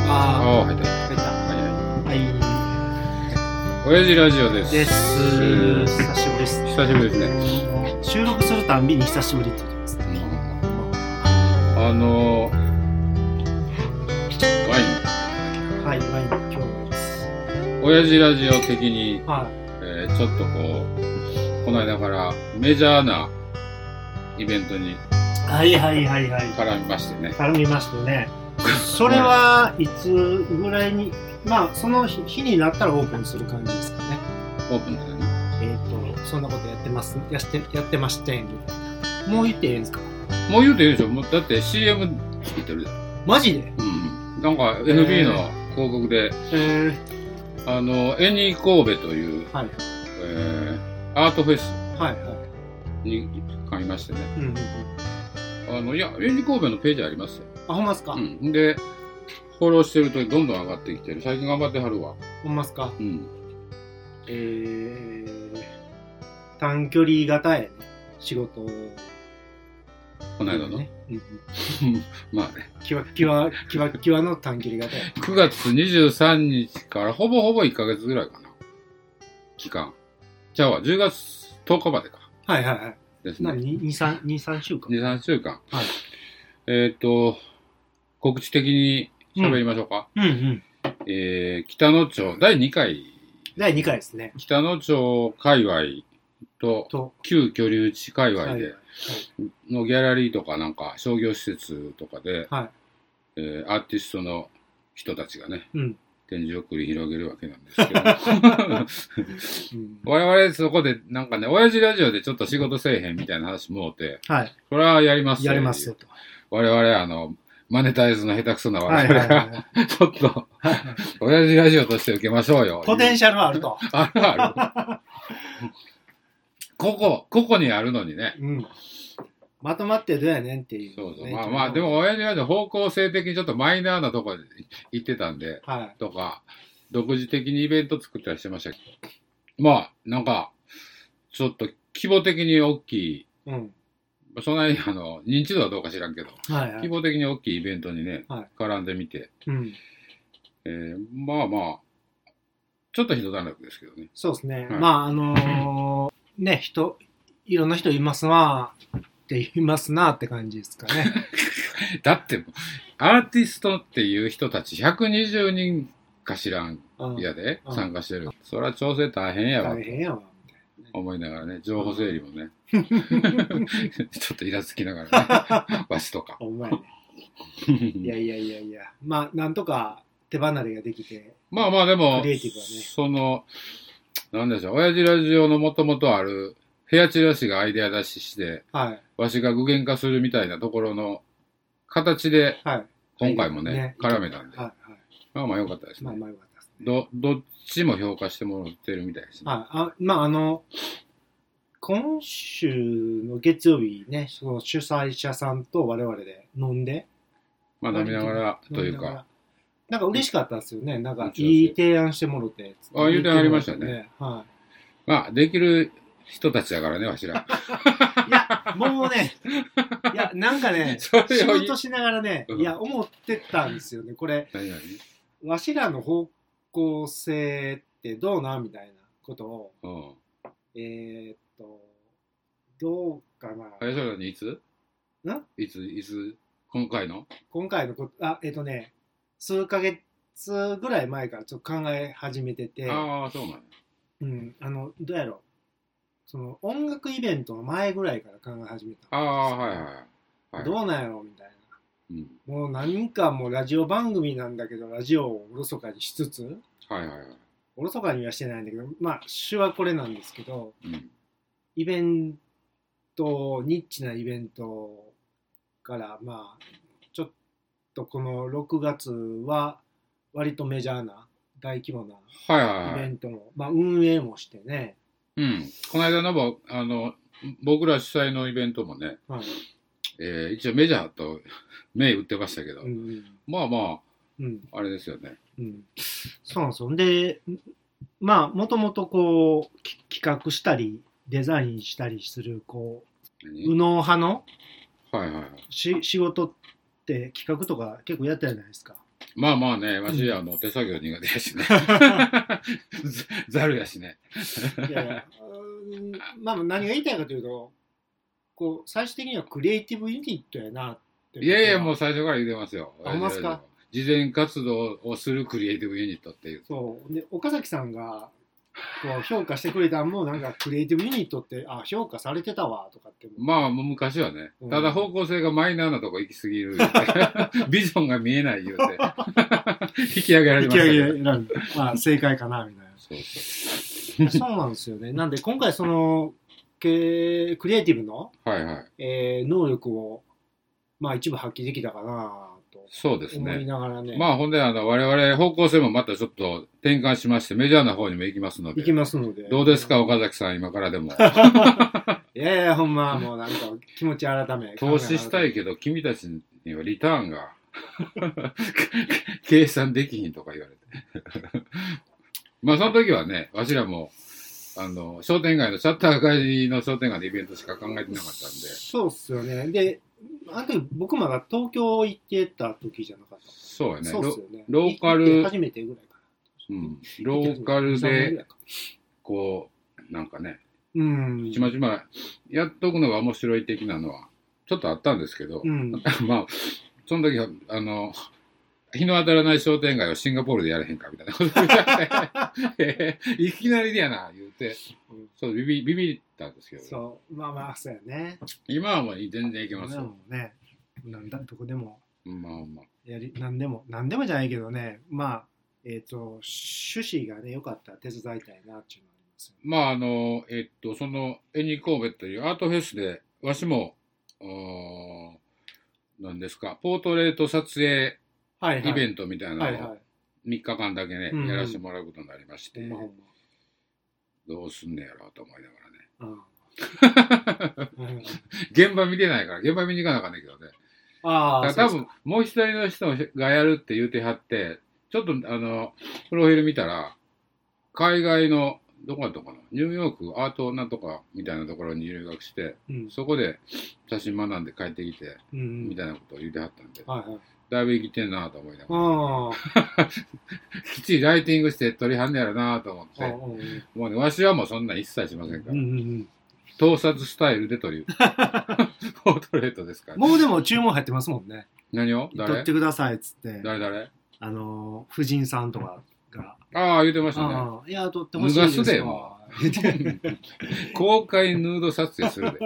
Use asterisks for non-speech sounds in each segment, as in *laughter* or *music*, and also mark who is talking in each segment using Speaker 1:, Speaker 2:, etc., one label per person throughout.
Speaker 1: 入った。はい
Speaker 2: 入ったはい
Speaker 1: はい。親父ラジオです。
Speaker 2: です久しぶりです
Speaker 1: 久しぶりですね。
Speaker 2: 収録するたんびに久しぶりって言ってますね
Speaker 1: あのー、ワイ
Speaker 2: はいはい今日です
Speaker 1: ン。親父ラジオ的に、
Speaker 2: はい
Speaker 1: えーちょっとこう、この間からメジャーなイベントに
Speaker 2: はいはいはいはい
Speaker 1: 絡みましてね。
Speaker 2: 絡みましたねそれはいつぐらいにまあその日日になったらオープンする感じですかね
Speaker 1: オープンだよね。
Speaker 2: えっ、とそんなことやってますやしてやってましてみたいなもう言っていいんですか
Speaker 1: もう言うていいでしょもうだって CM 作ってるで。
Speaker 2: マジで
Speaker 1: うん。なんか NB の広告で、
Speaker 2: え
Speaker 1: あの、エニー神戸という、
Speaker 2: はい
Speaker 1: えーアートフェス
Speaker 2: ー、はいはい
Speaker 1: に関りましてね。
Speaker 2: うんうんうん
Speaker 1: あの、いや、ユニ神戸のページありますよ。
Speaker 2: あほんまっすか、
Speaker 1: うん。で、フォローしてるとどんどん上がってきてる。最近頑張ってはるわ。
Speaker 2: ほんまっすか
Speaker 1: うん。
Speaker 2: えー、短距離型やね、仕事を。
Speaker 1: この間の。
Speaker 2: ね。うんうん
Speaker 1: まあね。
Speaker 2: キワッキワ、キワッキワの短距離型や。
Speaker 1: 9月23日からほぼほぼ1ヶ月ぐらいかな。期間。じゃあ、10月10日までか。
Speaker 2: はいはいはい。
Speaker 1: です
Speaker 2: 何
Speaker 1: ね。
Speaker 2: ?2、3、2、3週間
Speaker 1: 2、3週間。
Speaker 2: はい。
Speaker 1: えっ、と、告知的に喋りましょうか。
Speaker 2: うんうん。
Speaker 1: えー、北野町、第2回、
Speaker 2: 第2回ですね。
Speaker 1: 北野町界隈と、
Speaker 2: と、
Speaker 1: 旧居留地界隈
Speaker 2: はい
Speaker 1: で、のギャラリーとかなんか商業施設とかで、
Speaker 2: は
Speaker 1: えーアーティストの人たちがね、
Speaker 2: うん
Speaker 1: 展示を繰り広げるわけなんですけど
Speaker 2: い。うん
Speaker 1: *laughs* 我々そこでなんかね親父ラジオでちょっと仕事せえへんみたいな話もうて
Speaker 2: はい。
Speaker 1: それはやります
Speaker 2: やりますよと。
Speaker 1: 我々あのマネタイズの下手くそな
Speaker 2: は
Speaker 1: 我
Speaker 2: いは
Speaker 1: 々が、
Speaker 2: いはいは
Speaker 1: *laughs*
Speaker 2: い。
Speaker 1: ちょっと *laughs* 親父ラジオとして受けましょうよ
Speaker 2: ポテンシャルはあると。
Speaker 1: あるあるここここにあるのにね
Speaker 2: うん。まとまってどうやねんっていう、
Speaker 1: そうそう。まあまあ、で。も親父はね方向性的にちょっとマイナーなとこに行ってたんで、
Speaker 2: は
Speaker 1: とか、独自的にイベント作ったりしてましたけど。まあ、なんか、ちょっと規模的に大きい、
Speaker 2: い。うん。
Speaker 1: そんなにあの、認知度はどうか知らんけど、
Speaker 2: はいは
Speaker 1: 規
Speaker 2: い。
Speaker 1: 模的に大きいイベントにね、
Speaker 2: はい
Speaker 1: 絡んでみて、
Speaker 2: うん。
Speaker 1: えーまあまあ、ちょっとひと段落ですけどね。
Speaker 2: そうですね。
Speaker 1: はい
Speaker 2: まあ、あのーね、人、いろんな人いますなーって言いますなーって感じですか
Speaker 1: *laughs*
Speaker 2: ね。
Speaker 1: だって、アーティストっていう人たち120人か知らん
Speaker 2: うん
Speaker 1: やで、
Speaker 2: うん
Speaker 1: 参加してる。そりゃ調整大変やわ
Speaker 2: 大。変やわ。
Speaker 1: 思いながらね、情報整理も
Speaker 2: *laughs*
Speaker 1: ね、ちょっとイラつきながら
Speaker 2: *laughs*
Speaker 1: ね、わしとか。
Speaker 2: ほんまやね。いやいやいやいや。まあ、なんとか手離れができて。
Speaker 1: まあまあでも、
Speaker 2: クリエイティブはね
Speaker 1: その、なんでしょう、親父ラジオのもともとある、ヘアチラシがアイデア出しして、
Speaker 2: はい。
Speaker 1: わしが具現化するみたいなところの形で、
Speaker 2: はい。
Speaker 1: 今回もね、絡めたんで、
Speaker 2: はいは
Speaker 1: まあまあ良かったです
Speaker 2: い。まあ
Speaker 1: ね。
Speaker 2: まあよかったですね。
Speaker 1: ど、どっちも評価してもらってるみたいですね。
Speaker 2: はい。あまあ、あの、今週の月曜日ね、その主催者さんと我々で飲んで、
Speaker 1: まあ飲みながらという
Speaker 2: なん
Speaker 1: か、
Speaker 2: か。なんか嬉しかったですよね。なん
Speaker 1: う
Speaker 2: か
Speaker 1: ん
Speaker 2: いい提案してもろて。
Speaker 1: ああいう提案ありましたね。
Speaker 2: は
Speaker 1: まあできる人たちだからね、わし
Speaker 2: *laughs*
Speaker 1: ら。
Speaker 2: い。いや、もうね、いや、なんかね、
Speaker 1: それ *laughs* を
Speaker 2: 仕
Speaker 1: 言い
Speaker 2: 事しながらね、
Speaker 1: うん
Speaker 2: いや、思ってたんですよね。これ、
Speaker 1: 何々
Speaker 2: わしらの方向性ってどうなんみたいなことを、
Speaker 1: うん。
Speaker 2: えーっと、どうかな。
Speaker 1: あれそれにいつ
Speaker 2: ん
Speaker 1: いつ、いつ、今回の
Speaker 2: 今回のこと、あ、えーっとね、数ヶ月ぐらい前からちょっと考え始めてて、
Speaker 1: ああ、そうなんや。
Speaker 2: うん、あの、どうやろう。その音楽イベントの前ぐらいから考え始めた。
Speaker 1: ああ、はいはい。はい、
Speaker 2: どうなんやろうみたいな。
Speaker 1: うん。
Speaker 2: もう何かもうラジオ番組なんだけど、ラジオをおろそかにしつつ、
Speaker 1: はいはいはい。
Speaker 2: おろそかにはしてないんだけど、まあ、主はこれなんですけど、
Speaker 1: うん。
Speaker 2: イベント、ニッチなイベントから、まあ、ちょっとこの6月は、割とメジャーな、大規模な
Speaker 1: はいはい
Speaker 2: イ
Speaker 1: は
Speaker 2: ベ
Speaker 1: い。
Speaker 2: ントも、まあ、運営もしてね、
Speaker 1: うん。この間のぼ、あの、僕ら主催のイベントもね、
Speaker 2: はい、
Speaker 1: えー、一応メジャーと *laughs* 銘打ってましたけど、
Speaker 2: うん、
Speaker 1: まあま
Speaker 2: うん、
Speaker 1: あ、あれですよね。
Speaker 2: うん。そうなんですよ。で、まあ、もともとこう、き企画したり、デザインしたりする、こう、右
Speaker 1: 何
Speaker 2: 脳派の
Speaker 1: はいはいはい。
Speaker 2: し仕事って企画とか結構やったじゃないですか。
Speaker 1: まあまあね、わし、あの、手作業苦手や
Speaker 2: *laughs*
Speaker 1: しね。ざざるやしね。
Speaker 2: いやい *laughs* やうーんまあ何が言いたいかというとこう最終的にはクリエイティブユニットやなって
Speaker 1: いやいや、もう最初から言ってますよ。
Speaker 2: あほんまっすか
Speaker 1: 事前活動をするクリエイティブユニットっていう。
Speaker 2: そうで岡崎さんがこう評価してくれたんもなんかクリエイティブユニットってあ評価されてたわとかって
Speaker 1: まあ、もう昔はね
Speaker 2: う。ん
Speaker 1: ただ方向性がマイナーなとこ行き過ぎる言うて。
Speaker 2: *laughs*
Speaker 1: ビジョンが見えない言うて。引き上げられ
Speaker 2: 引
Speaker 1: ましたけど。
Speaker 2: き上げられるまあ正解かなみたいな
Speaker 1: そうそう。
Speaker 2: いやそうなんです
Speaker 1: *laughs*
Speaker 2: よねなんで今回そのけクリエイティブの、
Speaker 1: はいはい。
Speaker 2: えー能力をまあ一部発揮できたかなと
Speaker 1: そうです
Speaker 2: 思い
Speaker 1: ね。
Speaker 2: ながらね
Speaker 1: まあ、ほんで、あの、我々方向性もまたちょっと転換しまして、メジャーな方にも行きますの
Speaker 2: い
Speaker 1: で。
Speaker 2: きますので
Speaker 1: どうですか、岡崎さん、今からでも。
Speaker 2: いやいや、ほんま、もうなんか気持ち改め。
Speaker 1: 投資したいけど、君たちにはリターンが *laughs* 計算できひんとか言われて。 *laughs* まあ、その時はね、わしらも、あの、商店街の、シャッター街の商店街のイベントしか考えてなかったんで、
Speaker 2: そうっすよね。で、あの時僕まだ東京行ってた時じゃなかった。
Speaker 1: そうやね。
Speaker 2: そうっす
Speaker 1: ロ
Speaker 2: よね。
Speaker 1: ローカル
Speaker 2: 行って初めてぐらいか
Speaker 1: う
Speaker 2: な。
Speaker 1: ん、ローカル
Speaker 2: 三年ぐ
Speaker 1: で、
Speaker 2: らいか。
Speaker 1: こう、なんかね、
Speaker 2: うん。
Speaker 1: ちまちまやっとくのが面白い的なのは、ちょっとあったんですけど、
Speaker 2: うん
Speaker 1: *laughs* まあ、その時は、あの、日の当たらない商店街をシンガポールでやれへんかみたいなこと言 *laughs* われていきなりでやな、言うて、そうビビビビったんですけど、
Speaker 2: そう、まあまあ、そうやね。
Speaker 1: 今はもう全然いけます
Speaker 2: で
Speaker 1: よ。
Speaker 2: もね、なんだ、どこでも、
Speaker 1: まあまあ。
Speaker 2: やり、なんでも、なんでもじゃないけどね、まあ、えっと、趣旨がね、良かったら手伝いたいなっていうのはありますよね。
Speaker 1: まあ、あの、えっと、その、エニ神戸というアートフェスで、わしも、おーなんですか、ポートレート撮影
Speaker 2: はい
Speaker 1: イベ
Speaker 2: ン
Speaker 1: ントみたい
Speaker 2: は
Speaker 1: ないの
Speaker 2: は
Speaker 1: を
Speaker 2: い。
Speaker 1: 3日間だけね、
Speaker 2: うんうん
Speaker 1: やらせてもらうことになりまし
Speaker 2: ほ
Speaker 1: て
Speaker 2: ん、まほんま。
Speaker 1: どうすんねやろうと思いながらね。
Speaker 2: うん。うん
Speaker 1: 現場見れないから、現場見に行かなあかんねんけどね。 *laughs*
Speaker 2: ああ、
Speaker 1: だから多分、もう一人の人がやるって言うてはって、ちょっとあの、プロフィール見たら、海外の、どこだったかな、ニューヨークアートなんとかみたいなところに留学して、
Speaker 2: うん
Speaker 1: そこで写真学んで帰ってきて、
Speaker 2: うんうん、
Speaker 1: みたいなことを言うてはったんで、
Speaker 2: はいはい。
Speaker 1: だいぶ生きてんなと思いながら、 *laughs*
Speaker 2: あ
Speaker 1: きっちりライティングして撮りはんねやろなと思っ
Speaker 2: あ、
Speaker 1: て、もうね、わしはもうそんなん一切しませんから、
Speaker 2: うんうんうん。
Speaker 1: 盗撮スタイルで撮
Speaker 2: *laughs*
Speaker 1: る、ポートレートですから、
Speaker 2: もうでも注文入ってますもんね。
Speaker 1: 何を
Speaker 2: 取
Speaker 1: 誰
Speaker 2: ってくださいっつって、
Speaker 1: 誰誰
Speaker 2: あのー、婦人さんとかが、
Speaker 1: ああ、言うてましたね。
Speaker 2: ああいや、取ってほしいです
Speaker 1: 脱がすでも
Speaker 2: わ。言って
Speaker 1: *laughs* 公開ヌード撮影するで、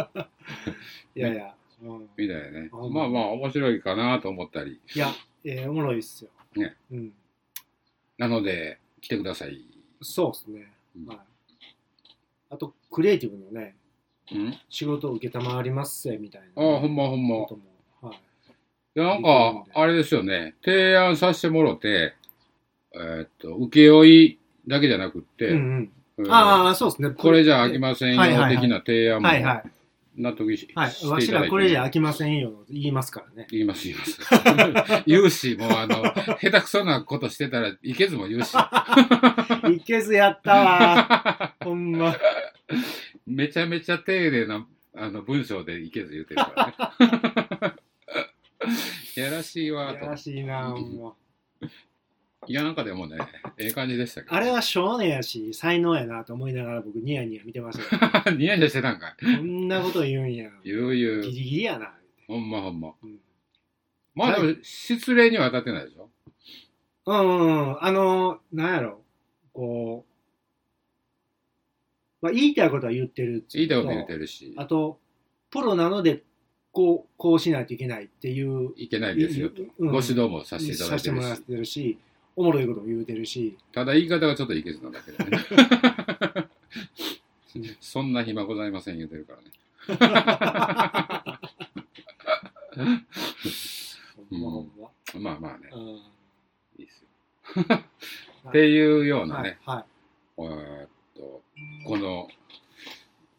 Speaker 2: *laughs* いやいや、うん、
Speaker 1: みたいなね。
Speaker 2: あ
Speaker 1: まあまあ、面白いかなと思ったり。
Speaker 2: いや、えー、おもろいっすよ。
Speaker 1: ね
Speaker 2: うん、
Speaker 1: なので、来てください。
Speaker 2: そうっすね
Speaker 1: うん。
Speaker 2: はい、あと、クリエイティブのね、
Speaker 1: うん、
Speaker 2: 仕事を受けたまわりますせ、みたいな。
Speaker 1: ああ、ほんまほんま
Speaker 2: こ。とも。はい。
Speaker 1: でなんか、あれですよね。提案させてもろて、えーっと、請負だけじゃなくって、
Speaker 2: うん
Speaker 1: え
Speaker 2: うん、
Speaker 1: ー
Speaker 2: ああ、そうっすね。
Speaker 1: これじゃあきませんよ、
Speaker 2: はいはいはい
Speaker 1: 的な提案も
Speaker 2: はいはい。
Speaker 1: 納得し,、
Speaker 2: はい、わ
Speaker 1: てい
Speaker 2: した
Speaker 1: だい
Speaker 2: ら
Speaker 1: て。
Speaker 2: これじゃ飽きませんよ、言いま
Speaker 1: *laughs*
Speaker 2: すからね。
Speaker 1: 言います、言います。 *laughs* 言うし、もうあの、下手くそなことしてたらいけずも言うし、
Speaker 2: いけずやったわ。
Speaker 1: *laughs*
Speaker 2: ほんま。
Speaker 1: めちゃめちゃ丁寧なあの文章でいけず言うてるから
Speaker 2: *laughs*
Speaker 1: ね。やらしいわ
Speaker 2: や
Speaker 1: と。
Speaker 2: らしいな、ほんま。
Speaker 1: いや、なんかでもね、ええ感じでしたけど。*laughs*
Speaker 2: あれは少年やし、才能やなと思いながら僕ニヤニヤ見てましたよ。
Speaker 1: ニヤニヤしてたんかい。 *laughs*
Speaker 2: こんなこと言うんや。ギ
Speaker 1: 言う言う。
Speaker 2: リギリやな。
Speaker 1: ほんまほんま。
Speaker 2: うん
Speaker 1: まあでも、失礼には当たってないでしょ。
Speaker 2: うんうんうん。あの、なんやろ。こう、まあ、言いたいことは言ってるっつう
Speaker 1: いいとこと言うてるし、
Speaker 2: あと、プロなので、こう、こうしないといけないっていう。
Speaker 1: いけないですよと。
Speaker 2: うん
Speaker 1: ご指導もさせていただ
Speaker 2: さ
Speaker 1: い
Speaker 2: せ
Speaker 1: て
Speaker 2: て
Speaker 1: る
Speaker 2: もらっ
Speaker 1: し、
Speaker 2: てるし、おもろいことも言うてるし、
Speaker 1: ただ言い方がちょっといけずなだけでね。 *laughs* そんな暇ございません言うてるからね。
Speaker 2: ほんまほんま。
Speaker 1: まあまあね、
Speaker 2: うん
Speaker 1: いいですよ。 *laughs* っていうような
Speaker 2: は
Speaker 1: ね
Speaker 2: い、、はい。
Speaker 1: えーっと、この、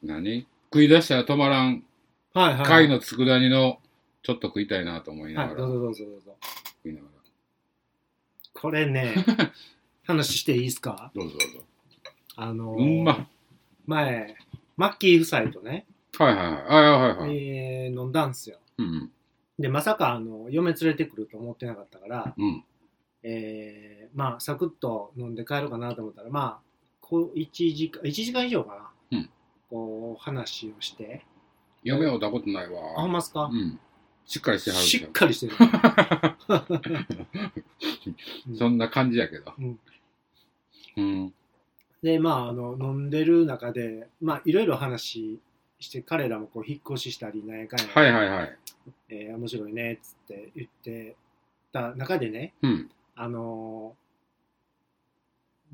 Speaker 1: 何食い出したら止まらん
Speaker 2: はい、はい。
Speaker 1: 貝の佃煮のちょっと食いたいなと思いな
Speaker 2: は
Speaker 1: が
Speaker 2: い、
Speaker 1: ら、
Speaker 2: どうぞどうぞどうぞ。
Speaker 1: 食いながら。
Speaker 2: こ
Speaker 1: *laughs*
Speaker 2: れね、話していいですか
Speaker 1: どうぞどうぞ。
Speaker 2: あの
Speaker 1: う
Speaker 2: ー
Speaker 1: んま。
Speaker 2: 前、マッキー夫妻とね、
Speaker 1: はいはいはい。あはいはいはい。
Speaker 2: えー飲んだんすよ。
Speaker 1: うん
Speaker 2: で、まさか、あの、嫁連れてくると思ってなかったから、
Speaker 1: うん。
Speaker 2: えーまあ、サクッと飲んで帰ろうかなと思ったら、まあ、こう1時間、1時間以上かな、
Speaker 1: うん
Speaker 2: こう、話をして、
Speaker 1: 嫁をたことない
Speaker 2: あ、ほん
Speaker 1: わ。
Speaker 2: まっすか、
Speaker 1: うん。しっかりしてはる
Speaker 2: し
Speaker 1: け
Speaker 2: っ
Speaker 1: ど。
Speaker 2: かり
Speaker 1: *laughs*
Speaker 2: してる。うん
Speaker 1: そんな感じやけど。
Speaker 2: うん
Speaker 1: うん。
Speaker 2: で、まあ、あの、飲んでる中で、まあ、いろいろ話して、彼らもこう、引っ越ししたり、なんやかんや、
Speaker 1: はいはいはい。
Speaker 2: えー面白いね、っつって言ってた中でね、
Speaker 1: うん。
Speaker 2: あの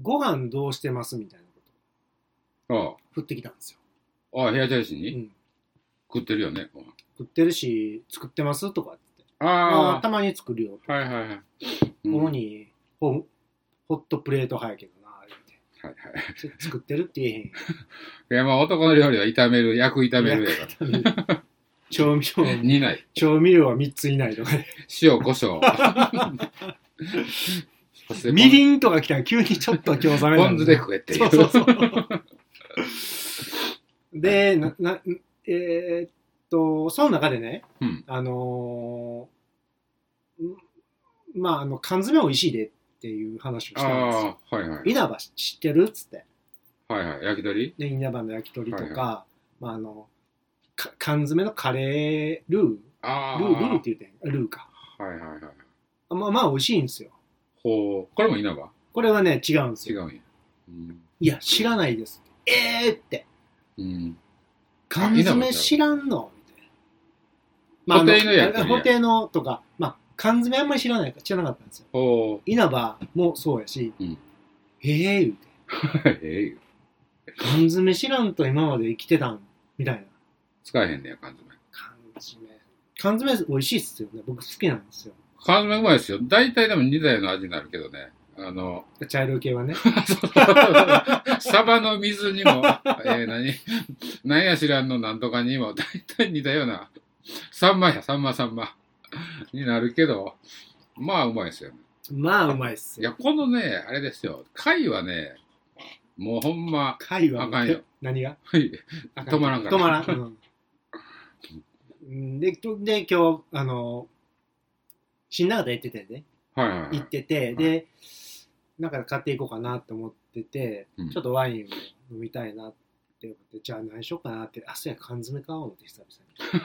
Speaker 2: ーご飯どうしてますみたいなこと
Speaker 1: あ
Speaker 2: 振ってきたんですよ。
Speaker 1: あ。ああ、部屋チャイシ
Speaker 2: う
Speaker 1: に
Speaker 2: ん、
Speaker 1: 食ってるよね。
Speaker 2: 食ってるし、作ってますとかって。あー
Speaker 1: あ
Speaker 2: たまに作るよと
Speaker 1: あ。はいはいはい。うん
Speaker 2: 主にホホットプレート派やけどな、言
Speaker 1: はいはい。
Speaker 2: うて。作ってるっ
Speaker 1: *laughs*
Speaker 2: て言
Speaker 1: いや、まあ男の料理は炒める、焼く炒
Speaker 2: え
Speaker 1: め
Speaker 2: へん
Speaker 1: るやか。
Speaker 2: 調味料、
Speaker 1: ら。煮ない。
Speaker 2: 調味料は3つ以内とかね。
Speaker 1: 塩、胡
Speaker 2: *laughs*
Speaker 1: 椒。そして
Speaker 2: みりんとか来たら急にちょっと今日冷め
Speaker 1: ポ
Speaker 2: た
Speaker 1: ン酢で食えってい
Speaker 2: そうそうそう。で、な、な、えーっと、その中でね、
Speaker 1: うん
Speaker 2: あのーんまあ、あの、缶詰美味しいでっていう話をしたんですよ。
Speaker 1: ああ、はいはい。
Speaker 2: 稲葉知ってるっつって。
Speaker 1: はいはい。焼き鳥
Speaker 2: で、稲葉の焼き鳥とか、
Speaker 1: はい
Speaker 2: まあ、あの、か缶詰のカレール
Speaker 1: あ
Speaker 2: ー、
Speaker 1: あ。
Speaker 2: ルー、ルーって言うてん、ルーか。
Speaker 1: はいはいはい。
Speaker 2: あまあ、まあ、美味しいんですよ。
Speaker 1: ほう。これも稲葉
Speaker 2: これはね、違うんです
Speaker 1: 違
Speaker 2: よ。
Speaker 1: うんや。うん。
Speaker 2: いや、知らないです。えーって。
Speaker 1: うん。
Speaker 2: 缶詰知らんのみたいな。
Speaker 1: 布袋のやつ
Speaker 2: あの布袋のとか、まあ、缶詰あんまり知らないから知らなかったんですよ。
Speaker 1: ほう。 *laughs*
Speaker 2: 稲葉もそうやし、
Speaker 1: うん
Speaker 2: ええ言うて、
Speaker 1: ええよ。
Speaker 2: 缶詰知らんと今まで生きてたんみたいな。
Speaker 1: 使えへんねや、缶詰。
Speaker 2: 缶詰。缶詰美味しいっすよね。僕好きなんですよ。
Speaker 1: 缶詰うまいですよ。大体でも2台の味になるけどね。あの、
Speaker 2: 茶色い系
Speaker 1: *laughs*
Speaker 2: はね。
Speaker 1: サバの水にも、えー、何、何や知らんのなんとかにも、大体似たような、サンマや、サンマサンマになるけど、まあ、うまいですよね。
Speaker 2: まあ、うまいっす
Speaker 1: い
Speaker 2: よ。
Speaker 1: や、このね、あれですよ、貝はね、もうほんま、
Speaker 2: 貝は
Speaker 1: あかんよ
Speaker 2: 何が
Speaker 1: はい
Speaker 2: あ
Speaker 1: 止まらんから
Speaker 2: 止まらん。うん、で、とで今日、あの、死んだ方行ってたよね。
Speaker 1: はいはいは
Speaker 2: 行っ
Speaker 1: い。
Speaker 2: てて、で、なんか買っていこうかなと思ってて、
Speaker 1: うん
Speaker 2: ちょっとワインを飲みたいなって思って、じゃあ何しようかなって、あ、そうや、缶詰買おうって久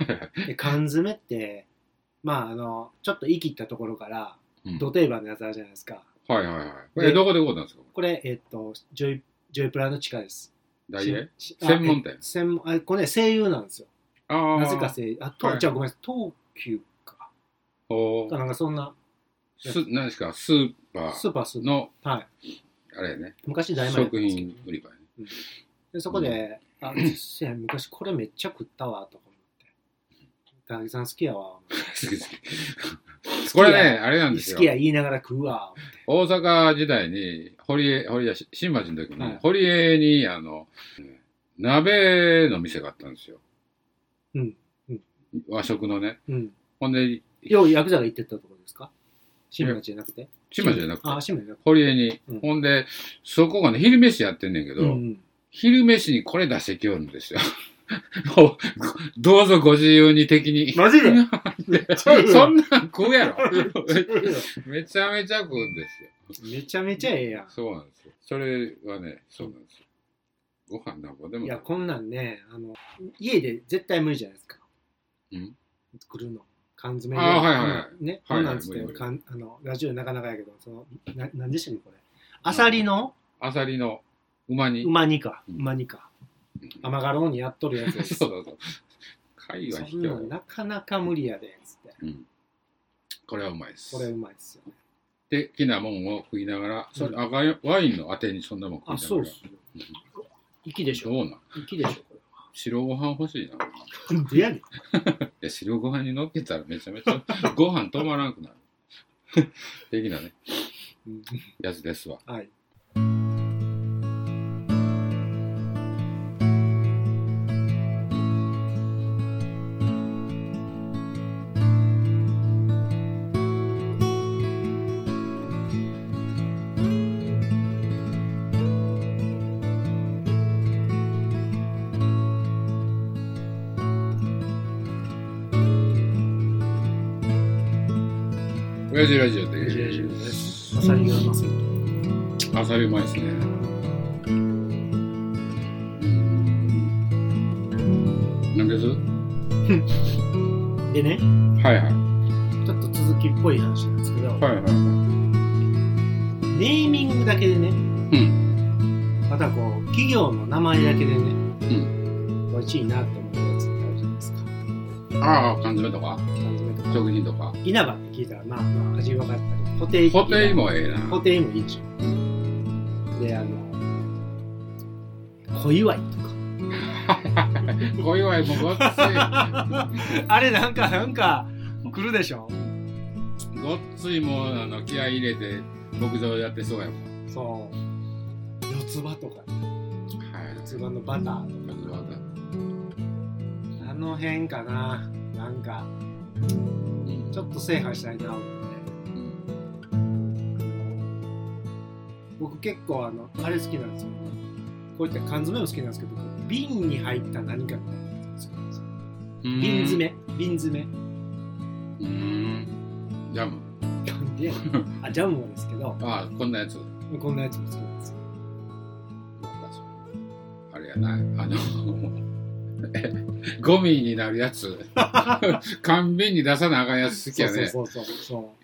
Speaker 2: 々
Speaker 1: *laughs*
Speaker 2: に。で、缶詰って、まあ、あの、ちょっと言い切ったところから、
Speaker 1: うん
Speaker 2: 土定番のやつあるじゃないですか。
Speaker 1: はいはいはい。こ
Speaker 2: で
Speaker 1: れどこで買うたんですか
Speaker 2: これ、えっと、ジョイ、ジョイプラの地下です。
Speaker 1: 大英
Speaker 2: しあ
Speaker 1: 専門
Speaker 2: え
Speaker 1: 店。
Speaker 2: 専門、あ、これね、声優なんですよ。
Speaker 1: ああー。
Speaker 2: なぜか声優。あ、と、
Speaker 1: はい
Speaker 2: じゃあごめんなさい、東急か。
Speaker 1: ほう
Speaker 2: なんかそんな、
Speaker 1: す、何ですか、スーパ
Speaker 2: ス
Speaker 1: ー
Speaker 2: ーパースー
Speaker 1: の、
Speaker 2: パー。はい。
Speaker 1: あれやね、
Speaker 2: 昔大丸やった
Speaker 1: 食
Speaker 2: んですけど
Speaker 1: 品売り場ね。
Speaker 2: でそこで、あ、せや昔これめっちゃ食ったわ、とか思って。高木さん好きやわ。
Speaker 1: 好き好き。 *laughs* これね、あれなん
Speaker 2: 好
Speaker 1: ですよ
Speaker 2: き。や言いながら食うわ。
Speaker 1: 大阪時代に、堀江、堀江、新町の時に、
Speaker 2: はい
Speaker 1: 堀江に、あの、鍋の店があったんですよ。
Speaker 2: うんうん
Speaker 1: 和食のね。
Speaker 2: うん。
Speaker 1: ほんで、
Speaker 2: よう、ヤクザが行ってったところですか新町じゃなくて
Speaker 1: 新町じゃなくて、
Speaker 2: あ、新町じゃなくて。
Speaker 1: 堀江に、
Speaker 2: うん
Speaker 1: ほんで、そこがね、昼飯やってんねんけど、
Speaker 2: うん。
Speaker 1: 昼飯にこれ出してきよるんですよ。 *laughs* もうどうぞご自由に的に。
Speaker 2: マジで
Speaker 1: そんなん食うやろ。めちゃめちゃ食うんですよ。
Speaker 2: *laughs* めちゃめちゃええや
Speaker 1: そうなんですよ。それはね、そうなんですよ。ご飯なんぼで
Speaker 2: ん。
Speaker 1: も。
Speaker 2: いや、こんなんね、あの、家で絶対無理じゃないですか。
Speaker 1: うん
Speaker 2: 作るの。缶詰で
Speaker 1: あはいはいは
Speaker 2: ね、こ
Speaker 1: はいはい
Speaker 2: んなんつっ
Speaker 1: 無
Speaker 2: て、
Speaker 1: 理無理
Speaker 2: かんあの、ラジオでなかなかやけど、その、な、なんでしたっけ、これ。アサリの
Speaker 1: アサリのうま煮。
Speaker 2: うま煮か。
Speaker 1: う
Speaker 2: うんま煮か。甘がろうにやっとるやつで
Speaker 1: *laughs*
Speaker 2: す。
Speaker 1: そうそうそう。貝は
Speaker 2: そ
Speaker 1: 卑
Speaker 2: んな
Speaker 1: 怯
Speaker 2: ん。なかなか無理やで、つって。
Speaker 1: うん。これはうまいです。
Speaker 2: これうまいっすよね。
Speaker 1: で、きなもんを食いながら、それ
Speaker 2: うん
Speaker 1: 赤いワインのあてにそんなもん食いながら。
Speaker 2: っよ。息でし
Speaker 1: ど
Speaker 2: ょ。
Speaker 1: うなん
Speaker 2: 息でしょ、こ
Speaker 1: 白ご飯欲しいな。い *laughs*
Speaker 2: れ。なんでやねん。
Speaker 1: や、白ご飯に乗っけたらめちゃめちゃご飯止まらなくなる。 *laughs* 的なね、
Speaker 2: うん
Speaker 1: やつですわ。
Speaker 2: はい。
Speaker 1: 親父ラジオ
Speaker 2: 親父ラジオ
Speaker 1: で。
Speaker 2: ですアサリがうますぎて
Speaker 1: アサリうまいですね。なんです
Speaker 2: でね
Speaker 1: はいはい。
Speaker 2: ちょっと続きっぽい話なんですけど、
Speaker 1: はいはい。う
Speaker 2: ネーミングだけでね、またこう企業の名前だけでね、美味しいなって思うやつってあるじゃないですか
Speaker 1: ん。ああ、缶詰とか、
Speaker 2: 缶詰とか
Speaker 1: 食品とか。
Speaker 2: 稲葉って聞いたらまあまあ味分かったり固定
Speaker 1: 固定もええな。
Speaker 2: 固定もいいでしょであの小祝いとか
Speaker 1: 小祝いもごっ *laughs* つ
Speaker 2: *laughs* あれなんかなんか来るでしょ
Speaker 1: い、ごっついもうあの気合い入れて牧場やってそうやもん。
Speaker 2: そう四つ葉とか
Speaker 1: はい。
Speaker 2: 四つ葉のバターとかあの辺かななんかちょっと制覇したいな思って僕結構あのあれ好きなんですよねこういった缶詰も好きなんですけど瓶に入った何かみたいなのが好きなんですよ瓶詰
Speaker 1: め。
Speaker 2: め瓶詰め
Speaker 1: うーん。ジャム。
Speaker 2: なんであジャムもですけど
Speaker 1: ああ、こんなやつ。
Speaker 2: こんなやつも好きなんですよ
Speaker 1: あれやな、あの、 *laughs* えゴミになるやつ、
Speaker 2: *laughs*
Speaker 1: 缶瓶に出さなあかんやつ好きやね。
Speaker 2: そうそうそうそ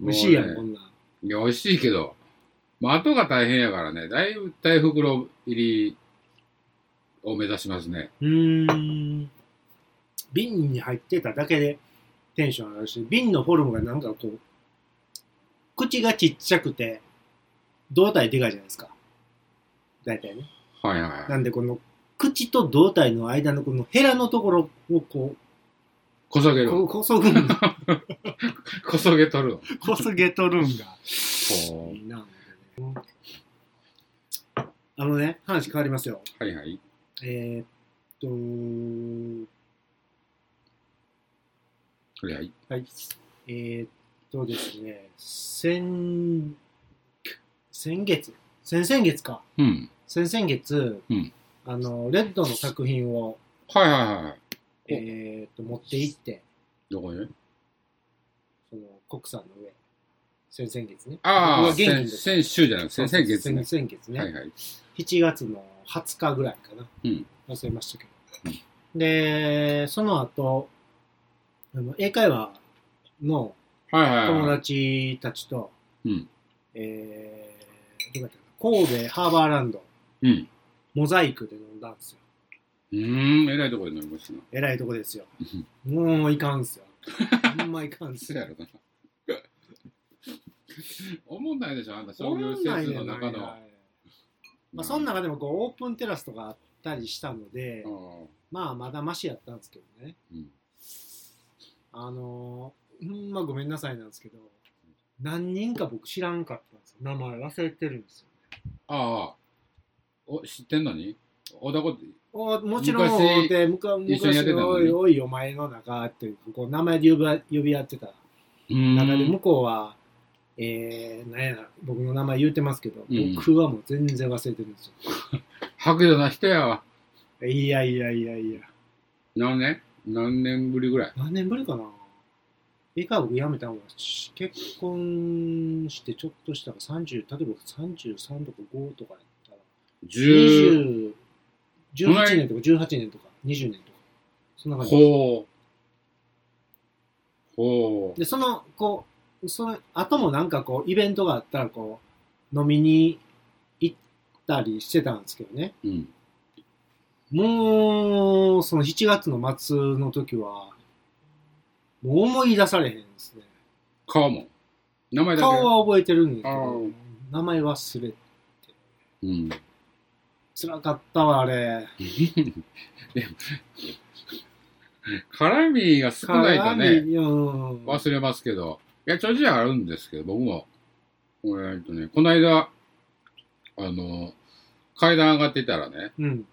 Speaker 2: う美味しいやん
Speaker 1: も
Speaker 2: こ
Speaker 1: うん
Speaker 2: なん
Speaker 1: ねいや、美味しいけど、まあ、後が大変やからね、だいぶ大袋入りを目指しますね。
Speaker 2: うーん瓶に入ってただけでテンション上がるし瓶のフォルムがなんかこう口がちっちゃくて胴体でかいじゃないですか大体ね
Speaker 1: はいはいは。
Speaker 2: ないんでこの口と胴体の間のこのヘラのところをこ
Speaker 1: こそうげる。
Speaker 2: ここ
Speaker 1: *laughs*
Speaker 2: そぐんが
Speaker 1: こそげとるわ。
Speaker 2: こそげとるん
Speaker 1: *laughs*
Speaker 2: が
Speaker 1: ほう
Speaker 2: いいなみたいなあのね話変わりますよ
Speaker 1: はいはい。
Speaker 2: えーっ
Speaker 1: はいはい。
Speaker 2: とはいえーっとですね先先月先々月か
Speaker 1: うん。
Speaker 2: 先々月、
Speaker 1: うん
Speaker 2: あのレッドの作品を、
Speaker 1: はいはいはいはい。お
Speaker 2: えーっと持って行って
Speaker 1: どこに
Speaker 2: その国産の上先々月ね
Speaker 1: ああ、
Speaker 2: 僕が元
Speaker 1: 先
Speaker 2: 気で
Speaker 1: 先週じゃなくて、先々月ね。
Speaker 2: 先々月ね、
Speaker 1: はいはい。
Speaker 2: 7月の20日ぐらいかな、
Speaker 1: うん
Speaker 2: 忘れましたけど、でその後あの英会話の
Speaker 1: はいはい
Speaker 2: 友
Speaker 1: はい。
Speaker 2: 達たちと、
Speaker 1: うん
Speaker 2: えーどこやったかな神戸ハーバーランド
Speaker 1: うん。
Speaker 2: モザイクで飲んだんですよ
Speaker 1: うーん、えらいとこで飲みましたな。
Speaker 2: えらいとこですよもういかんっ
Speaker 1: *laughs*
Speaker 2: すよほんまいかんっす
Speaker 1: そ
Speaker 2: よ
Speaker 1: やろな。思んないでしょ、あんた商
Speaker 2: おも
Speaker 1: 業
Speaker 2: ん
Speaker 1: 施
Speaker 2: ない
Speaker 1: 設
Speaker 2: ね
Speaker 1: の中の。
Speaker 2: なんやまあ、その中でもこうオープンテラスとかあったりしたので、
Speaker 1: うん
Speaker 2: まあまだましやったんですけどね
Speaker 1: うん
Speaker 2: あのー、ほんまごめんなさいなんですけど、何人か僕知らんかったんですよ。名前忘れてるんですよ。
Speaker 1: ああ、お知ってんのにおだこ
Speaker 2: おもちろん、
Speaker 1: 昔
Speaker 2: でむか
Speaker 1: 一緒にやってた
Speaker 2: 昔
Speaker 1: の
Speaker 2: お
Speaker 1: に
Speaker 2: いおいお前の中っていう、こう名前で呼び合呼び合ってた
Speaker 1: うーん
Speaker 2: 中で、向こうは、えー、なんやな、僕の名前言うてますけど、
Speaker 1: うん
Speaker 2: 僕はもう全然忘れてるんです
Speaker 1: 白状な人やわ。
Speaker 2: よ。いやいやいやいや、
Speaker 1: 何年何年ぶりぐらい。
Speaker 2: 何年ぶりかな。英会話僕辞めたのが、し結婚してちょっとしたら30、例えば33とか5とかやったら、
Speaker 1: 十
Speaker 2: 20 18年とか18年とか20年とかそんな感じです
Speaker 1: ほう。ほう。
Speaker 2: でそのこうその後もなんかこうイベントがあったらこう飲みに行ったりしてたんですけどね
Speaker 1: うん。
Speaker 2: もうその7月の末の時はもう思い出されへんですね
Speaker 1: 顔も。名前だけ。
Speaker 2: 顔は覚えてるんですけ
Speaker 1: あ
Speaker 2: ど
Speaker 1: ー
Speaker 2: 名前忘れ
Speaker 1: うん。
Speaker 2: つらかったわあれ
Speaker 1: でも絡みが少ないとね。
Speaker 2: 辛いうん
Speaker 1: 忘れますけど、いや、ちょいちょいあるんですけど、僕も、えーっとね、この間、あの、階段上がってたらね、
Speaker 2: うん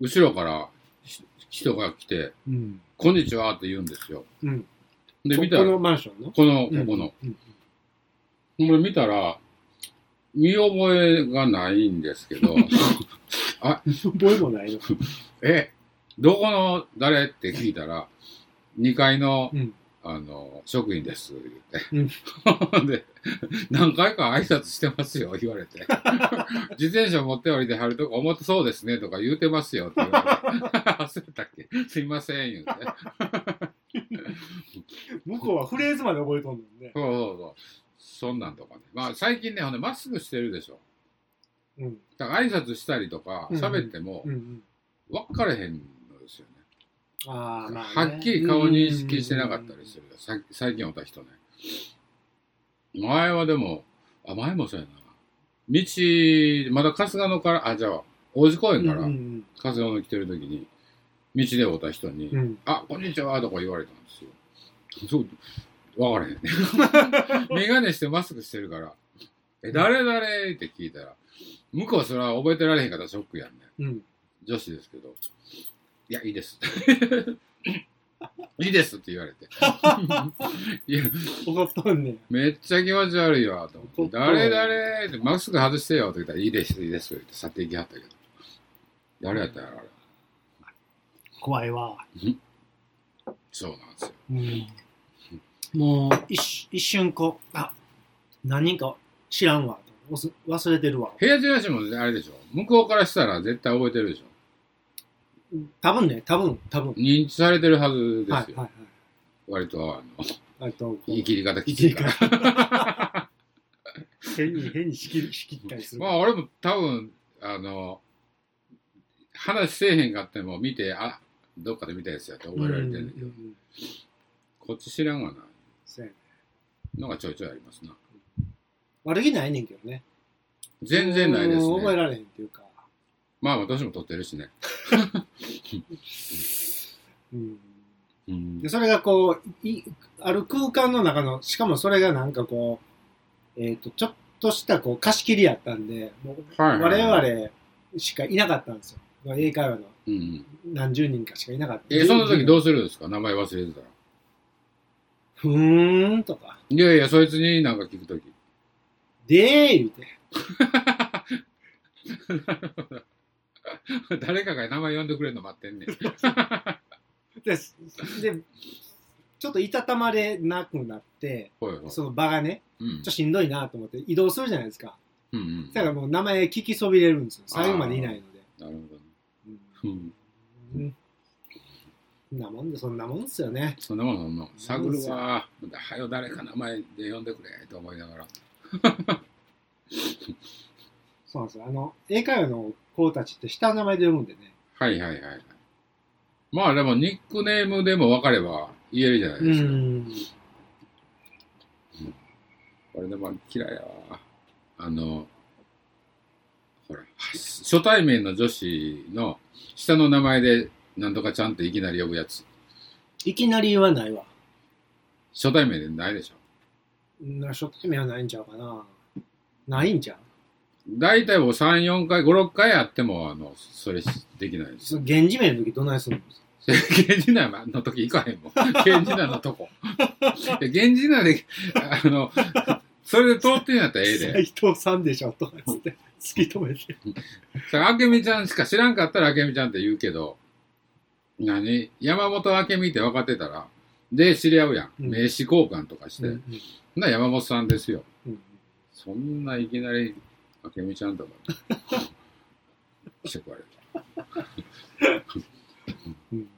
Speaker 1: 後ろからし人が来て、
Speaker 2: うん
Speaker 1: こんにちはって言うんですよ。
Speaker 2: うん
Speaker 1: で、
Speaker 2: こ
Speaker 1: 見た
Speaker 2: こ
Speaker 1: ら、
Speaker 2: のマンションの
Speaker 1: この、こ
Speaker 2: うん
Speaker 1: この、
Speaker 2: うん
Speaker 1: これ見たら、見覚えがないんですけ
Speaker 2: *laughs*
Speaker 1: ど、
Speaker 2: *laughs* 覚えもないの。
Speaker 1: え、どこの誰って聞いたら、2階の、
Speaker 2: うん
Speaker 1: ああの、職員です、
Speaker 2: う
Speaker 1: 言って。 *laughs* で、何回か挨拶してますよ、言われて。 *laughs* 自転車持っておりではるとか、思ってそうですね、とか言うてますよ、って言われて。 *laughs* 焦ったっけすいません、言うて。
Speaker 2: 向こうはフレーズまで覚えとんねんね。
Speaker 1: そうそうそう。そんなんとかね。まあ、最近ね、ほんで、まっすぐしてるでしょ。
Speaker 2: うん。
Speaker 1: だから挨拶したりとか、
Speaker 2: うんうん
Speaker 1: 喋っても
Speaker 2: う、んうん。
Speaker 1: 分かれへんのですよね。
Speaker 2: ああ、まあ、ね。
Speaker 1: はっきり顔認識してなかったりするよさ最近おった人ね前はでもあ前もそうやな道まだ春日野からあじゃあ王子公
Speaker 2: う
Speaker 1: 園
Speaker 2: んう
Speaker 1: か
Speaker 2: ん
Speaker 1: ら
Speaker 2: うん
Speaker 1: 春日野に来てる時に道でおった人に「
Speaker 2: うんうん。
Speaker 1: あこんにちは」とか言われたんですよそう分からへんね
Speaker 2: *laughs*
Speaker 1: 眼鏡してマスクしてるから「え誰誰?」って聞いたら向こうそれは覚えてられへんかったらショックやんね
Speaker 2: うん。
Speaker 1: 女子ですけど、いや、いいです。 *laughs* いいですって言われて。 *laughs* いや、
Speaker 2: 怒っとんねん。
Speaker 1: めっちゃ気持ち悪いわ、と思って。
Speaker 2: 怒った
Speaker 1: 誰誰って、マスク外してよって言ったら、いいです、いいですって去っていきはったけど。誰やったんやろ、あれ。
Speaker 2: 怖いわ。
Speaker 1: そうなんですよ。
Speaker 2: うん。もう、一瞬一瞬こう、あ、何人か知らんわ。おす忘れてるわ。
Speaker 1: 部屋中しもあれでしょ。向こうからしたら絶対覚えてるでしょ。
Speaker 2: 多分ね、多分、多分。
Speaker 1: 認知されてるはずですよ。
Speaker 2: はいはい
Speaker 1: 割と、あの、
Speaker 2: はい。あと、こう
Speaker 1: 言い切り方き
Speaker 2: 生
Speaker 1: つ
Speaker 2: き
Speaker 1: い
Speaker 2: り
Speaker 1: か。
Speaker 2: からら変に、変に仕切り仕切ったりする。
Speaker 1: まあ俺も多分あの話せえへんかっても見てあどっかで見たやつやって覚えられてるんだけど、
Speaker 2: うんうんうん
Speaker 1: こっち知らんがな
Speaker 2: そうやね
Speaker 1: のがちょいちょいありますな
Speaker 2: 悪気ないねんけどね。
Speaker 1: 全然ないです
Speaker 2: うん覚え
Speaker 1: ね
Speaker 2: られへんっていうか。
Speaker 1: まあ私も撮ってるしね
Speaker 2: うん。
Speaker 1: うん
Speaker 2: で、それがこう、いある空間の中の、しかもそれがなんかこう、えっ、と、ちょっとしたこう貸し切りやったんで、もう
Speaker 1: はいはいはい
Speaker 2: 我々しかいなかったんですよ。英会話の
Speaker 1: うんうん
Speaker 2: 何十人かしかいなかった。
Speaker 1: えその時ど
Speaker 2: う
Speaker 1: うするんですか名前忘れてたら
Speaker 2: ふーんとか、
Speaker 1: いやいやそいつになんか聞く時 *laughs*
Speaker 2: でー言うて。
Speaker 1: 誰かが名前呼んでくれるの待ってんねん
Speaker 2: で、でちょっといたたまれなくなって、
Speaker 1: ほいほい
Speaker 2: その場がね、
Speaker 1: うん
Speaker 2: ちょっとしんどいなと思って移動するじゃないですか。
Speaker 1: うんうん
Speaker 2: だからもう名前聞きそびれるんですよ。最後までいないので。
Speaker 1: なるほどね
Speaker 2: う
Speaker 1: うん
Speaker 2: んそんなもんで、そんなもんですよね。
Speaker 1: そんなもんそんなもん探るわはよ誰か名前で呼んでくれと思いながら
Speaker 2: そうなんですよ。あの、英会話の子たちって下の名前で読むんでね。
Speaker 1: はいはいはいはい。まあでもニックネームでも分かれば言えるじゃないですか。
Speaker 2: ん。
Speaker 1: これでも嫌いやわ。あの、ほら、初対面の女子の下の名前でなんとかちゃんっていきなり呼ぶやつ。
Speaker 2: いきなり言わないわ。
Speaker 1: 初対面でないでしょ。
Speaker 2: な初対面はないんちゃうかな。ないんちゃう
Speaker 1: 大体もう3、4回、5、6回あっても、あの、それできないです。
Speaker 2: その源氏名の時どないするんです
Speaker 1: *laughs*
Speaker 2: か
Speaker 1: 源氏名の時行かへんもん。源氏名のと
Speaker 2: *laughs*
Speaker 1: こ。いや源氏名で、あの、それで通ってんやったらええで。
Speaker 2: 斎藤さんでしょとかつって突き止めて。
Speaker 1: さあ、明美ちゃんしか知らんかったら明美ちゃんって言うけど、何山本明美って分かってたら、で、知り合うやん。
Speaker 2: う
Speaker 1: 名
Speaker 2: ん
Speaker 1: 刺交換とかして、
Speaker 2: うん
Speaker 1: な、山本さんですよ。
Speaker 2: うん
Speaker 1: そんないきなり、明美ちゃんとか、してくわれる。
Speaker 2: うん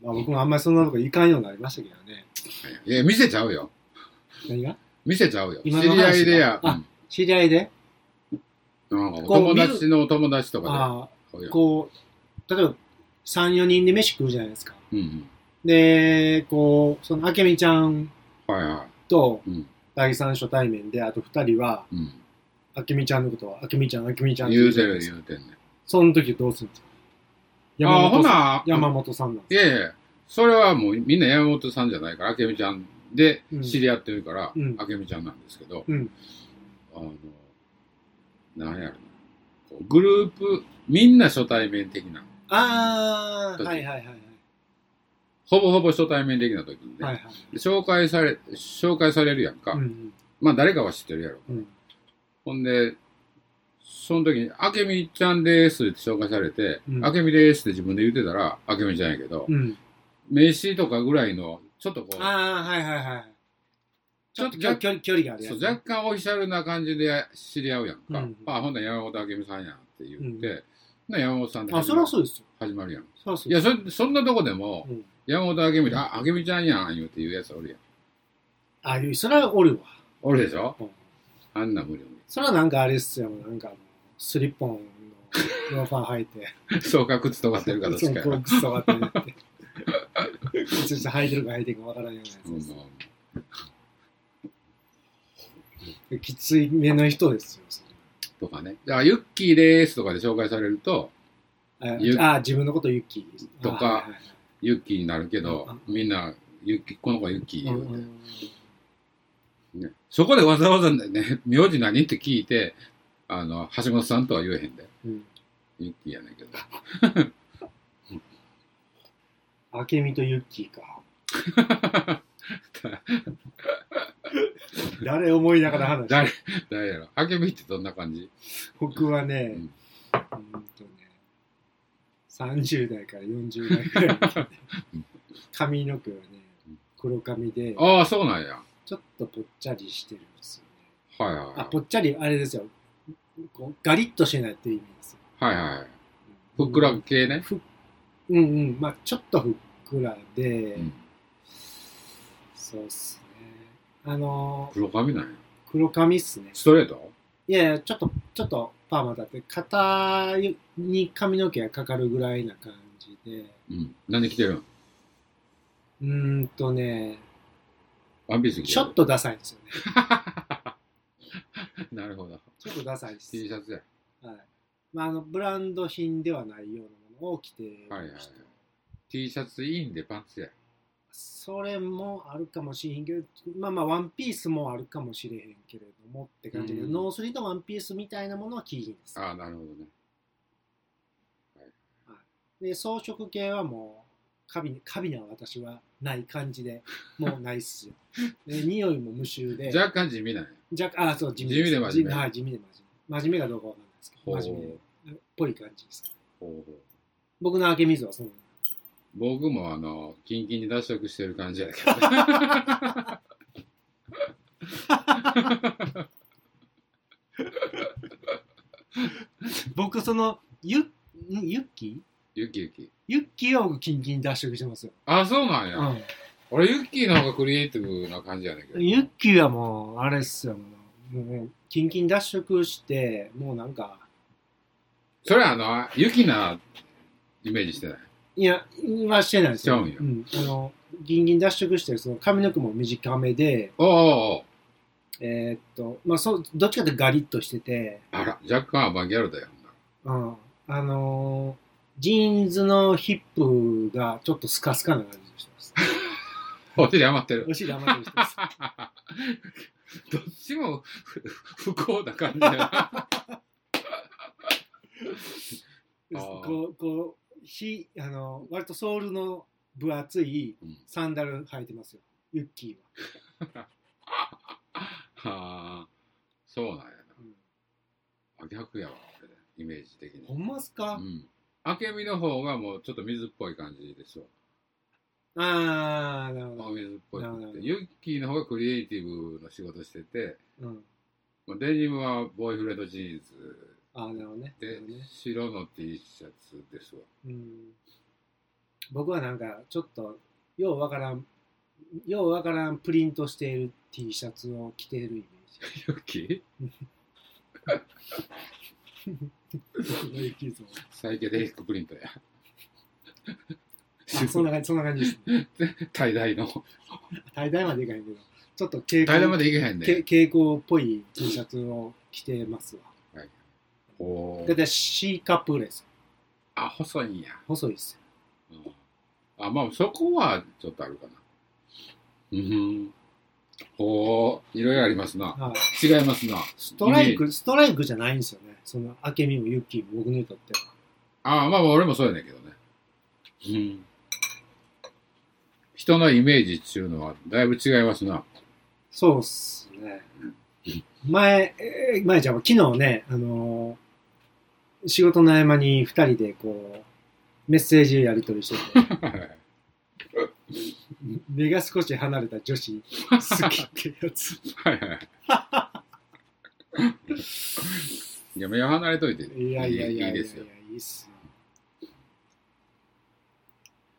Speaker 2: まあ僕もあんまりそんなとこ行かんようになりましたけどね。
Speaker 1: いや、見せちゃうよ。
Speaker 2: 何が
Speaker 1: 見せちゃうよ。知
Speaker 2: 今の話
Speaker 1: り合いでや、う
Speaker 2: あ
Speaker 1: ん
Speaker 2: 知り合いで、
Speaker 1: なんかお
Speaker 2: こ
Speaker 1: 友
Speaker 2: う
Speaker 1: 達のお友達とかで。そ
Speaker 2: あ
Speaker 1: う
Speaker 2: あ、
Speaker 1: よ
Speaker 2: こう、例えば3、4人で飯食うじゃないですか。
Speaker 1: うん
Speaker 2: で、こう、その、あけみちゃん
Speaker 1: うん。はいは
Speaker 2: と
Speaker 1: い。うん。
Speaker 2: 第三初対面で、あと2人は、
Speaker 1: うん。
Speaker 2: あけみちゃんのことは、あけみちゃん、あけみちゃん
Speaker 1: 言うて
Speaker 2: 言
Speaker 1: る
Speaker 2: じゃ
Speaker 1: 言
Speaker 2: な
Speaker 1: て
Speaker 2: いう
Speaker 1: んね。
Speaker 2: ですかその時どうするんですか
Speaker 1: ああ、ほ
Speaker 2: 山本さん
Speaker 1: な、
Speaker 2: 山本さんなん
Speaker 1: い
Speaker 2: です
Speaker 1: やいや、それはもうみんな山本さんじゃないから、明美ちゃんで
Speaker 2: うん
Speaker 1: 知り合ってるから、
Speaker 2: うん
Speaker 1: 明美ちゃんなんですけど、
Speaker 2: うん。
Speaker 1: あの、なんやろなこうグループ、みんな初対面的な、
Speaker 2: ああ、はいはいはいはい。
Speaker 1: ほぼほぼ初対面的な時にね、
Speaker 2: はいはい。
Speaker 1: で紹介され、紹介されるやんか。
Speaker 2: うん
Speaker 1: まあ誰かは知ってるやろ。
Speaker 2: うんうん
Speaker 1: ほんで、その時に、明美ちゃんですって紹介されて、
Speaker 2: うん
Speaker 1: 明美ですって自分で言ってたら、明美ちゃんやけど、
Speaker 2: うん
Speaker 1: 名刺とかぐらいのちょっとこう、
Speaker 2: ああ、はいはいはい。ちょっと
Speaker 1: ちょっと
Speaker 2: 距離距離があるや
Speaker 1: そう
Speaker 2: つ。
Speaker 1: 若干オフィシャルな感じで知り合うやんか、
Speaker 2: うん
Speaker 1: あほんなら山本明美さんやんって言って、な山本さんで
Speaker 2: あ、
Speaker 1: 始
Speaker 2: そ
Speaker 1: ま
Speaker 2: り
Speaker 1: る
Speaker 2: ゃそうですよ。
Speaker 1: 始まるやん
Speaker 2: そりゃそう
Speaker 1: い
Speaker 2: で
Speaker 1: や
Speaker 2: す。
Speaker 1: そそんなとこでも
Speaker 2: うん
Speaker 1: 山本明美で「あ明美ちゃんやん」言うて言うやつおるやん
Speaker 2: あ、いやそりゃおるわ。
Speaker 1: おるでしょ
Speaker 2: うん
Speaker 1: あんな無理
Speaker 2: それはなんかあれっすよ、なんかあのスリッポンのローファー履いて、
Speaker 1: 無理 *laughs* そうか靴とかってるから
Speaker 2: そ
Speaker 1: 確か
Speaker 2: うこ
Speaker 1: に
Speaker 2: う、くそがってなって、靴下履いてるか履いてるかわからんような
Speaker 1: う
Speaker 2: や
Speaker 1: ん
Speaker 2: つです。きつい目の人ですよ、それ
Speaker 1: とかねだから「ユッキーです」とかで紹介されるとゆ
Speaker 2: ああ、自分のことユッキー
Speaker 1: とか
Speaker 2: あはいはいはい
Speaker 1: ユッキーになるけどみんなユッキーこの子はユッキー言うて、ね、そこでわざわざね「名字何?」って聞いてあの橋本さんとは言えへんで
Speaker 2: うん
Speaker 1: ユッキーやねんけど *laughs*
Speaker 2: あけみとユッキーか。誰思いながら話して
Speaker 1: 誰誰やろあけみってどんな感じ
Speaker 2: 僕はね、
Speaker 1: う
Speaker 2: うんんとね、30代から40代くらいの
Speaker 1: うん
Speaker 2: 髪の毛はね
Speaker 1: うん、
Speaker 2: 黒髪で、
Speaker 1: ああそうなんや
Speaker 2: ちょっとぽっちゃりしてるんですよね。
Speaker 1: はいはい
Speaker 2: あ、ぽっちゃり、あれですよ。こうガリッとしてないっていう意味ですよ。
Speaker 1: はいはい
Speaker 2: うん
Speaker 1: ふっくら系ね
Speaker 2: ふうんうん、まあちょっとふっくらで、
Speaker 1: うん
Speaker 2: そうっすね。あのー
Speaker 1: 黒髪なんや
Speaker 2: 黒髪っすね。
Speaker 1: ストレート
Speaker 2: いやいや、ちょっと、ちょっとパーマだって、肩に髪の毛がかかるぐらいな感じで、
Speaker 1: うん何着てるん
Speaker 2: うーんとね、
Speaker 1: ワンピース着てる
Speaker 2: ちょっとダサいんですよ
Speaker 1: *laughs*
Speaker 2: ね。
Speaker 1: なるほど
Speaker 2: ちょっとダサいです。
Speaker 1: T シャツや
Speaker 2: はい。まあ、あの、ブランド品ではないようなものを着てる人、
Speaker 1: はいはいはい T シャツインでパンツや
Speaker 2: それもあるかもしれへんけど、まあまあ、ワンピースもあるかもしれへんけれどもって感じで、
Speaker 1: うん
Speaker 2: ノースリーとワンピースみたいなものは着ひんです。
Speaker 1: ああなるほどね
Speaker 2: で、装飾系はもう、カビネカビネは私はない感
Speaker 1: *laughs*
Speaker 2: じで、もうないっすよ。で、匂いも無臭で、
Speaker 1: 若干地味なんや
Speaker 2: 若干、あ、そう、地
Speaker 1: 地味で真面目
Speaker 2: 地はい、地味で真面目。真面目かどうかわかんないですけ
Speaker 1: ほ
Speaker 2: ど、
Speaker 1: う
Speaker 2: 真面目でっぽい感じです。
Speaker 1: ほうほう
Speaker 2: 僕の明け水はその、
Speaker 1: 僕もあのキンキンに脱色してる感じやけ
Speaker 2: 僕その、ゆ、んユッキー
Speaker 1: どユッキーユッキー
Speaker 2: ユッキーは僕キンキン脱色してますよ。
Speaker 1: ああそうなんや、
Speaker 2: うん。
Speaker 1: 俺ユッキーの方がクリエイティブな感じやねんけど
Speaker 2: ユッキーはもう、あれっすよ、もう、もうキンキン脱色して、もうなんか、
Speaker 1: それはあのユキなイメージしてない
Speaker 2: いや、今してないですよ。
Speaker 1: しちゃ
Speaker 2: ん、あの、ギンギン脱色して、その髪の毛も短めで、
Speaker 1: おうおうおう
Speaker 2: えーっと、まあそう、どっちかってガリッとしてて、
Speaker 1: あら若干アバンギャルドやほんなら
Speaker 2: うん、あのージーンズのヒップがちょっとスカスカな感じでして *laughs* ます。
Speaker 1: お尻余ってる
Speaker 2: お尻あんまりしてます。
Speaker 1: どっちもふ *laughs* 不幸な感じやなあー
Speaker 2: こう、こう、ひ、あの、割とソールの分厚い
Speaker 1: うん
Speaker 2: サンダル履いてますよ、ユッキーは。
Speaker 1: はあそうなんやな
Speaker 2: うん
Speaker 1: あ逆やわ俺イメージ的に
Speaker 2: ほんまっすか、
Speaker 1: うんあけみの方がもうちょっと水っぽい感じでしょ
Speaker 2: あー、なるほ
Speaker 1: お
Speaker 2: ど。
Speaker 1: 水っぽい
Speaker 2: なるほど
Speaker 1: ユッキーの方がクリエイティブの仕事してて
Speaker 2: うん、
Speaker 1: まあデニムはボーイフレンドジーンズ
Speaker 2: あー、なるほどね。なる
Speaker 1: で
Speaker 2: ほどね
Speaker 1: 白の T シャツですわ
Speaker 2: うん、僕はなんか、ちょっと、ようわからん、ようわからんプリントしている T シャツを着ているイメージ。
Speaker 1: ユッキー *laughs* サイケデリックプリントや *laughs*
Speaker 2: あそんな感じ、そんな感じです。
Speaker 1: 大大の
Speaker 2: 大々までいかへんけど、ちょっと蛍
Speaker 1: 大大
Speaker 2: 光
Speaker 1: までいけへんね
Speaker 2: け蛍光っぽい T シャツを着てますわ。
Speaker 1: お
Speaker 2: だいたい C カップぐらいです。
Speaker 1: あ細いんや、
Speaker 2: 細いですよ。
Speaker 1: うんあまあそこはちょっとあるかなうんおーいろいろありますな
Speaker 2: はい
Speaker 1: 違いますな
Speaker 2: ストライ
Speaker 1: イ
Speaker 2: ク、ストライクじゃないんですよね。その、アケミもユッキーも僕にとっては。
Speaker 1: あまあまあ俺もそうやねんけどねうん人のイメージっていうのはだいぶ違いますな *laughs*
Speaker 2: そうっすね。前、えー前じゃん、昨日ね、あのー仕事の合間に
Speaker 1: *laughs*
Speaker 2: 二人でこう、メッセージやり取りしてて、目が少し離れた女子好きってやつ
Speaker 1: はいはい。いや、目を離れといて。
Speaker 2: いやいやいや
Speaker 1: いい
Speaker 2: いや
Speaker 1: ですよ。
Speaker 2: いいっす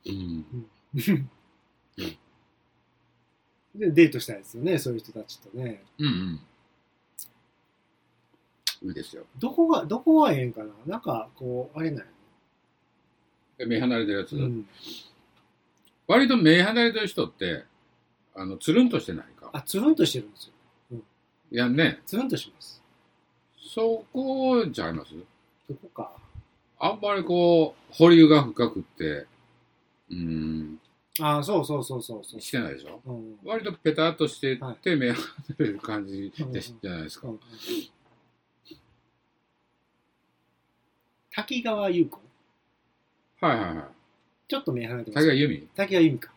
Speaker 2: よ
Speaker 1: うん。
Speaker 2: でデートしたいですよねそういう人たちとね
Speaker 1: うんうん。いいですよ。
Speaker 2: どこがどこがええんかななんかこうあれなんや
Speaker 1: で目離れてるやつ、
Speaker 2: ねうん、
Speaker 1: 割と目離れてる人って、あの、つるんとしてないか。
Speaker 2: あつるんとしてるんですよ
Speaker 1: いやね、
Speaker 2: つるんとします
Speaker 1: そこじゃいます
Speaker 2: どこか
Speaker 1: あんまりこう、保留が深くって、うーん、
Speaker 2: あそうそうそうそうそう
Speaker 1: してないでしょ
Speaker 2: うんうん
Speaker 1: 割とペタっとして
Speaker 2: は
Speaker 1: って、目離れる感じでしじゃないですか
Speaker 2: う。ん滝川優子
Speaker 1: はいはいはい。
Speaker 2: ちょっと目離れてま
Speaker 1: 竹
Speaker 2: す
Speaker 1: 谷由美、
Speaker 2: 滝川由美か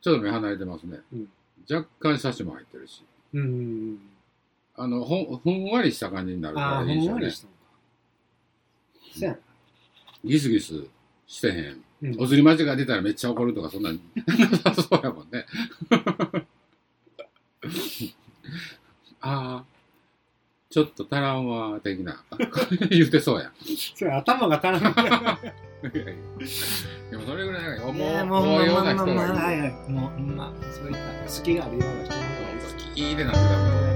Speaker 1: ちょっと目離れてますね。
Speaker 2: うん
Speaker 1: 若干シャチも入ってるし。
Speaker 2: うんうんうん
Speaker 1: あの、ほんふんわりした感じになる
Speaker 2: あ
Speaker 1: か
Speaker 2: あ
Speaker 1: ら
Speaker 2: ほ
Speaker 1: いいで
Speaker 2: ん
Speaker 1: すよ
Speaker 2: わり
Speaker 1: ね
Speaker 2: し。たのかそやな
Speaker 1: ギスギスしてへん。
Speaker 2: うん
Speaker 1: お釣り間違い出たらめっちゃ怒るとか、そんなんなさそうやもんね。ああ、ちょっと足らんわ、的な。言ってそうやん。
Speaker 2: それ頭が足らない。
Speaker 1: でもそれぐらいなんか
Speaker 2: い
Speaker 1: *laughs*
Speaker 2: や
Speaker 1: 思う思うような人
Speaker 2: もう、まあ
Speaker 1: がい
Speaker 2: はい
Speaker 1: る。
Speaker 2: はいもう、まあ、そういった隙があるような人の方がいいです。
Speaker 1: キーってなってたもんね。